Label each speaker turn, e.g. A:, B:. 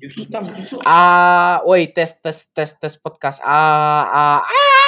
A: Już tam,
B: Ah, wait, test, test, test, test podcast. Ah, ah, ah.